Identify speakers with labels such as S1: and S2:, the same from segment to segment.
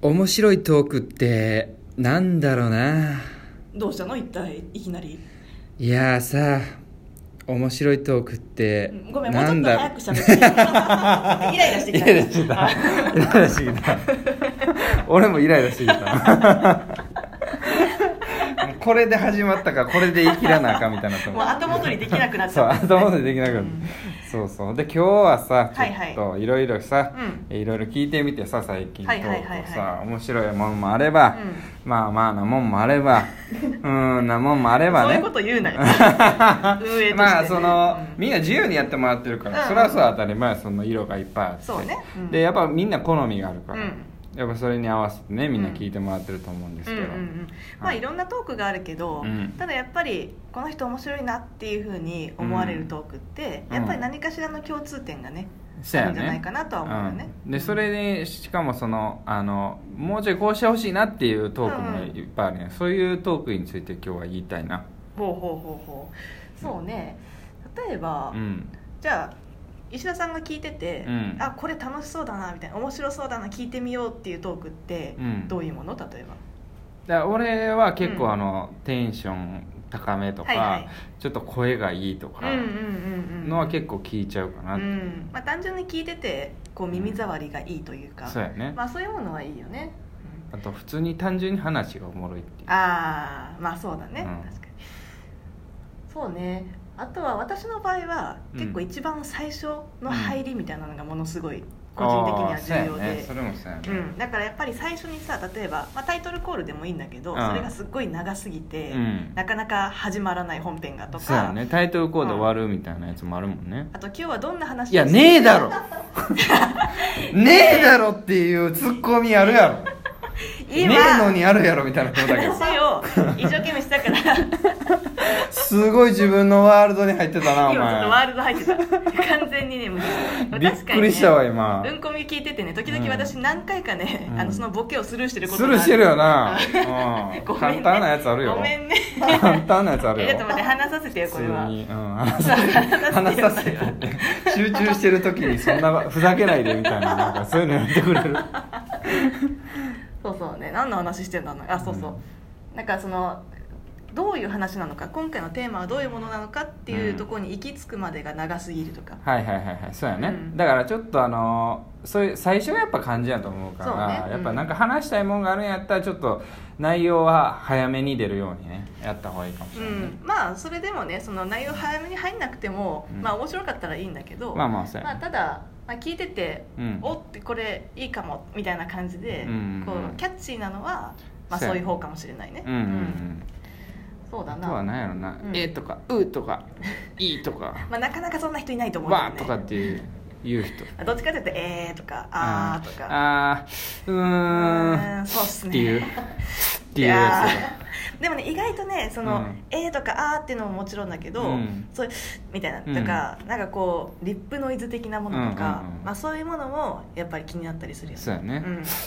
S1: 面白いトークってなんだろうな
S2: どうしたの一体いきなり
S1: いやーさ面白いトークって
S2: ごめんもうち
S1: な
S2: ょっと
S1: だ
S2: 早くしゃべって イライラしてきた
S1: イライラしてき たイライラしてきた俺もイライラしてきたもうこれで始まったからこれで言い切らなあかんみたいなと思
S2: もう後戻りできなくなっち
S1: そう
S2: ゃった
S1: 後戻りできなくなる、そうそうで今日はさ
S2: はいはい
S1: ちょっといろいろさ、
S2: う
S1: いろいろ聞いてみてさ最近と
S2: はい
S1: さ、
S2: はいはいは
S1: 面白いもんもあれば、まあまあなもんもあれ ばうーんなもんもあれば
S2: そうい
S1: ね
S2: うこと言 うなよ運営としてね
S1: まあそのみんな自由にやってもらってるから、
S2: うん
S1: それはそう当たり前その色がいっぱいあって
S2: そうねうん
S1: でやっぱみんな好みがあるから、
S2: うん
S1: やっぱそれに合わせてねみんな聞いてもらってると思うんです
S2: うん
S1: け
S2: う
S1: ど、
S2: んうんまあいろんなトークがあるけど、
S1: うん
S2: ただやっぱりこの人面白いなっていうふうに思われるトークって、
S1: うん
S2: やっぱり何かしらの共通点がね、
S1: そうや
S2: あるんじゃないかなとは思うよね
S1: んでそれにしかもそのあのもうちょいこうしてほしいなっていうトークも
S2: うんうん
S1: いっぱいあるね、そういうトークについて今日は言いたいな
S2: ほうほうほうほうそうね例えば、
S1: うん
S2: じゃあ石田さんが聞いてて、
S1: うん
S2: あこれ楽しそうだなみたいな面白そうだな聞いてみようっていうトークって、
S1: うん
S2: どういうもの例えば
S1: だから俺は結
S2: うん
S1: 構あの、テンション高めとか、
S2: はいはい
S1: ちょっと声がいいとか
S2: うんうんうんうん
S1: のは結構聞いちゃうかな、
S2: うんまあ、単純に聞いててこう耳障りがいいというか、
S1: そうやね、
S2: まあ、そういうものはいいよね、
S1: あと普通に単純に話がおもろいっていう
S2: ああまあそうだね、
S1: うん
S2: 確かにそうねあとは私の場合は
S1: うん
S2: 結構一番最初の入りみたいなのがものすごい個人的には重要
S1: あーそうやね
S2: で
S1: それもそうやね、
S2: うん、だからやっぱり最初にさ例えば、まあ、タイトルコールでもいいんだけど、
S1: うん
S2: それがすっごい長すぎて、
S1: うん
S2: なかなか始まらない本編がと
S1: そうや
S2: か、
S1: ねタイトルコード終わるみたいなやつもあるもんね、
S2: あと今日はどんな話を
S1: いや
S2: して
S1: ねえだろねえだろっていうツッコミあるやろ
S2: 今
S1: ねえのにあるやろみたいなことだけ ど
S2: 話を一生懸命したから
S1: すごい自分のワールドに入ってたなお
S2: 今ちょっとワ
S1: 前
S2: ールド入ってた完全にね無理して
S1: びっくりしたわ今
S2: うんこみ聞いててね時々
S1: うん
S2: 私何回かね、
S1: うん
S2: あのそのボケをスルーしてるこ
S1: ス
S2: と
S1: ルーしてるよな、
S2: あ
S1: う
S2: る
S1: ん、
S2: ごめん
S1: 簡
S2: ね
S1: 単なやつあるよ
S2: ごめんね
S1: 簡単なやつある
S2: え
S1: よ
S2: ちょっと待って話させてよ
S1: 普
S2: こ
S1: 通
S2: れ
S1: に、
S2: は
S1: うん、話さ せて話させて集中してる時にそんな ふざけないでみたいななんかそういうのやってくれる
S2: そうそうね何の話してんだろうあそうそう、なんかそのどういう話なのか今回のテーマはどういうものなのかっていうところに行き着くまでが長すぎるとか、
S1: はいはいはいはいそうやね、
S2: うん
S1: だからちょっとあのーそういう最初がやっぱ肝心やと思うから
S2: そうねうん
S1: やっぱなんか話したいもんがあるんやったらちょっと内容は早めに出るようにねやった方がいいかもし
S2: う
S1: れない、ね
S2: ん、まあそれでもねその内容早めに入んなくても、
S1: うん
S2: まあ面白かったらいいんだけど、
S1: まあまあそうや
S2: まあ
S1: ね、
S2: ただ、まあ、聞いてて、
S1: うん
S2: おってこれいいかもみたいな感じで、
S1: うん
S2: こうキャッチーなのは、まあ、
S1: そう
S2: そ
S1: や
S2: ういう方かもしれないね、
S1: うんうんうん
S2: そうだ
S1: あ
S2: な、
S1: とは何やろな「
S2: うん
S1: え」とか「う」とか「い」とか
S2: まあ、なかな かそんな人いない
S1: 「
S2: と思うんだよ
S1: わ」
S2: ね
S1: とかっていう言う人
S2: どっちかっていうと「えー」とか「あー」とか
S1: あーうーん
S2: うんそうっすね
S1: っていうっていうや
S2: や
S1: つが
S2: でもね意外とねその、
S1: うん
S2: えーとかあーっていうのももちろんだけど、
S1: うん
S2: そうみたいなとか、なんかこうリップノイズ的なものとか、
S1: うんうんうん
S2: まあ、そういうものもやっぱり気になったりするよね
S1: そうやね、
S2: うん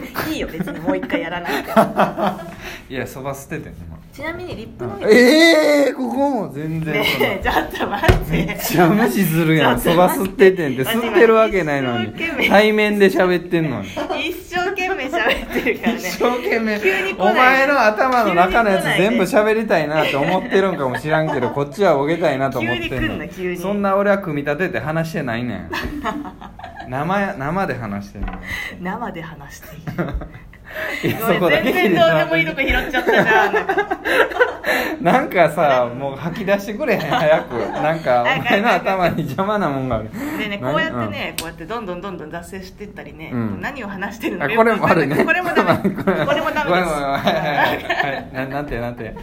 S2: いいよ別にもう一回やらなくて
S1: いやそば捨ててんの
S2: ちなみにリップノイズ
S1: ええー、ここも全然その
S2: ねえちょっと待って
S1: めっちゃ無視するやんそば吸っててんって吸ってるわけないのに
S2: 一生懸命
S1: 対面で喋ってんのに
S2: 一生懸命喋ってるから
S1: 一
S2: ね
S1: 生懸
S2: 急
S1: 命
S2: に来ない
S1: お前の頭の中のやつ全部
S2: 急に来
S1: 喋りたいなって思ってるんかもしらんけど こっちはボケたいなと思って
S2: 急に来ん
S1: んの
S2: な急に
S1: そんな俺は組み立てて話して ないねん生や生で話してんのい
S2: 生で話して い
S1: や
S2: いごめん全然どうでもいいとこ拾っちゃったななんか
S1: なんかさもう吐き出してくれへん早くなんかお前の頭に邪魔なもんがある
S2: でねこうやってね、こうやってどんどんどんどん脱線してったりね、
S1: うん
S2: 何を話してるの
S1: あ
S2: か
S1: これも悪いね
S2: これもダメ これも
S1: ご
S2: ダ
S1: めんごめん
S2: メです
S1: はいはいはいななんてなんてで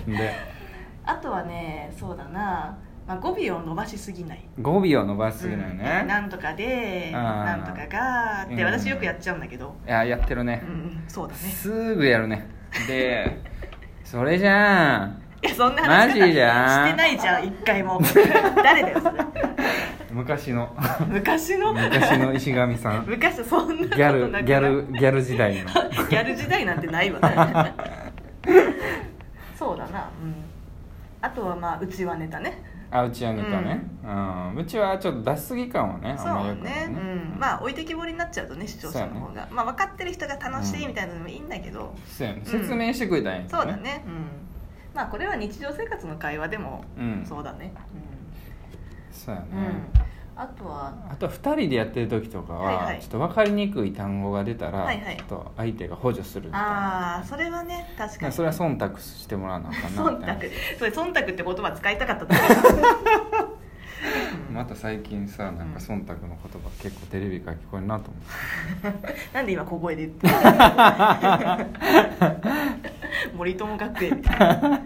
S2: あとはねそうだな、まあ、語尾を伸ばしすぎない
S1: 語尾を伸ばしすぎない
S2: うん
S1: ね、
S2: なんとかで
S1: ん
S2: なんとかがって
S1: うん
S2: 私よくやっちゃうんだけど
S1: いややってる
S2: う
S1: ね、
S2: んそうだね
S1: すぐやるねでそれじゃあ
S2: いやそんな話し
S1: マジじゃん
S2: してないじゃん一回も 誰だよそれ
S1: 昔の
S2: 昔の
S1: 昔の石神さん
S2: 昔そんな
S1: ギ
S2: こと
S1: ャ
S2: な
S1: ル
S2: く
S1: ギャ
S2: ない
S1: ルギャル時代の
S2: ギャル時代なんてないわそうだな、うん、あとはまあうちはネタね
S1: あうちはネタね、うんうちはちょっと出しすぎ感はね
S2: そ
S1: あんまよ
S2: う
S1: くない
S2: ね、うん、まあ置いてきぼりになっちゃうとね視聴者の方が、まあ分かってる人が楽しいみたいなのでもいいんだけど、
S1: そうやね説明してくれたらいいん
S2: そうだね、うん、まあこれは日常生活の会話でも
S1: うん
S2: そうだね
S1: そうやね、
S2: うん、うんあとは
S1: あと2人でやってる時とかは、
S2: はいはい
S1: ちょっと分かりにくい単語が出たら、
S2: はいはい
S1: ちょっと相手が補助するみたいな
S2: ああそれはね確か
S1: ね
S2: に
S1: それは忖度してもらわなあかんなみたい
S2: 忖度それ忖度って言葉使いたかったと 思
S1: なまた最近さなんか忖度の言葉結構テレビから聞こえるなと思 って、
S2: うなんで今小声で言っ てる森友学園みたいな
S1: そう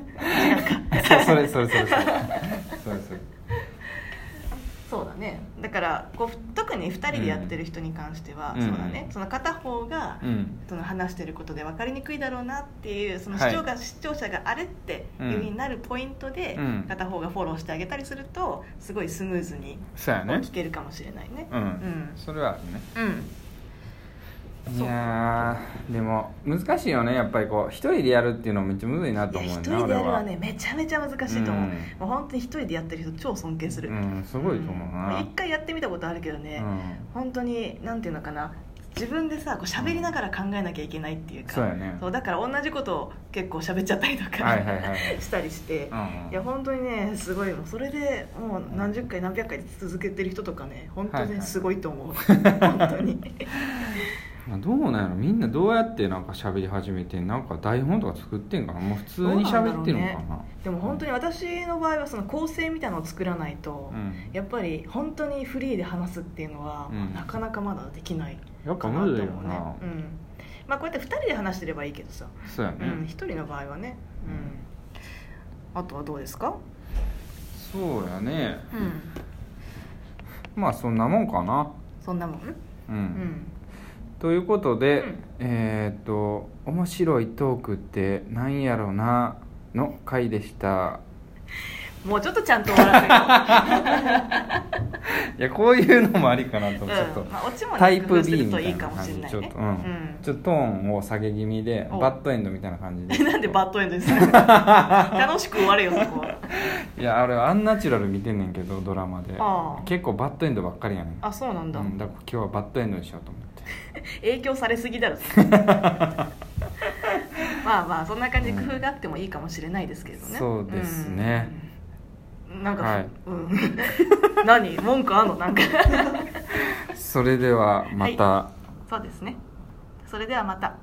S1: それそれそれそれそれそれ
S2: そうだねだからこう特に2人でやってる人に関しては、
S1: うん
S2: そうだねその片方が、
S1: うん
S2: その話してることで分かりにくいだろうなっていうその
S1: はい
S2: 視聴が、視聴者があれっていうふうになるポイントで、
S1: うん
S2: 片方がフォローしてあげたりするとすごいスムーズに
S1: そうやね
S2: 聞けるかもしれないね。
S1: うん、
S2: うん
S1: それはあるね
S2: うん
S1: い
S2: そう
S1: やーでも難しいよねやっぱりこう一人でやるっていうのもめっちゃむずいないと
S2: や
S1: 思う
S2: 一
S1: ね
S2: 人でやるは
S1: 俺
S2: ねめちゃめちゃ難しいと思う、
S1: うん
S2: もう本当に一人でやってる人超尊敬する、
S1: うんすごいと思うな、
S2: ん一回やってみたことあるけどね、
S1: うん
S2: 本当になんていうのかな自分でさこう喋りながら考えなきゃいけないっていうか、
S1: そうやね
S2: そうだから同じことを結構喋っちゃったりとか、
S1: はいはいはい
S2: したりして、
S1: うんうん
S2: いや本当にねすごいもうそれでもう何十回何百回続けてる人とかね本当
S1: はいは
S2: に
S1: い
S2: すごいと思う、本 当に
S1: まあどうなんやろみんなどうやってなんか喋り始めてんなんか台本とか作ってんかなもう普通に喋ってるのかな
S2: どうなんだろうねでも本当に私の場合はその構成みたいなのを作らないと、
S1: うん
S2: やっぱり本当にフリーで話すっていうのは、
S1: うん
S2: なかなかまだできない
S1: やっぱ
S2: かな
S1: む
S2: と思う
S1: ずい
S2: ね
S1: よな、
S2: うんまあ、こうやって2人で話してればいいけどさ、
S1: そうやね、
S2: うん、1人の場合はね、うん、あとはどうですか、
S1: そうやね
S2: うん、
S1: まあそんなもんかな
S2: そんなもん、
S1: うん、
S2: うん、
S1: ということで、
S2: うん
S1: えーっと「面白いトークってなんやろな」の回でした
S2: もうちょっとちゃんと終わらせよ
S1: いやこういうのもありかなと
S2: う、
S1: 思うちょっと、
S2: うんまあ、オチもね
S1: タイ
S2: 工
S1: プ
S2: 夫す
S1: B
S2: る
S1: み
S2: と
S1: た
S2: いい
S1: い
S2: か
S1: な
S2: も
S1: 感
S2: し
S1: じで
S2: れない
S1: ちょっ
S2: ね
S1: と,、うんちょっとトーンを下げ気味で
S2: お
S1: バッドエンドみたいな感じ
S2: う
S1: で
S2: ん なんでバッドエンドにする の楽しく終われよそこはい
S1: やあれアンナチュラル見てんねんけどドラマで
S2: ああ
S1: 結構バッドエンドばっかりやねん
S2: あそうなんだ、
S1: うん、だから今日はバッドエンドにしようと思っ
S2: 影響されす ぎだろまあまあそんな感じで工夫があってもいいかもしれないですけどね、
S1: そうですね
S2: うんなんか、
S1: はい
S2: うん 何文句あんのなんか
S1: てそれではまた、
S2: そうですねそれではまた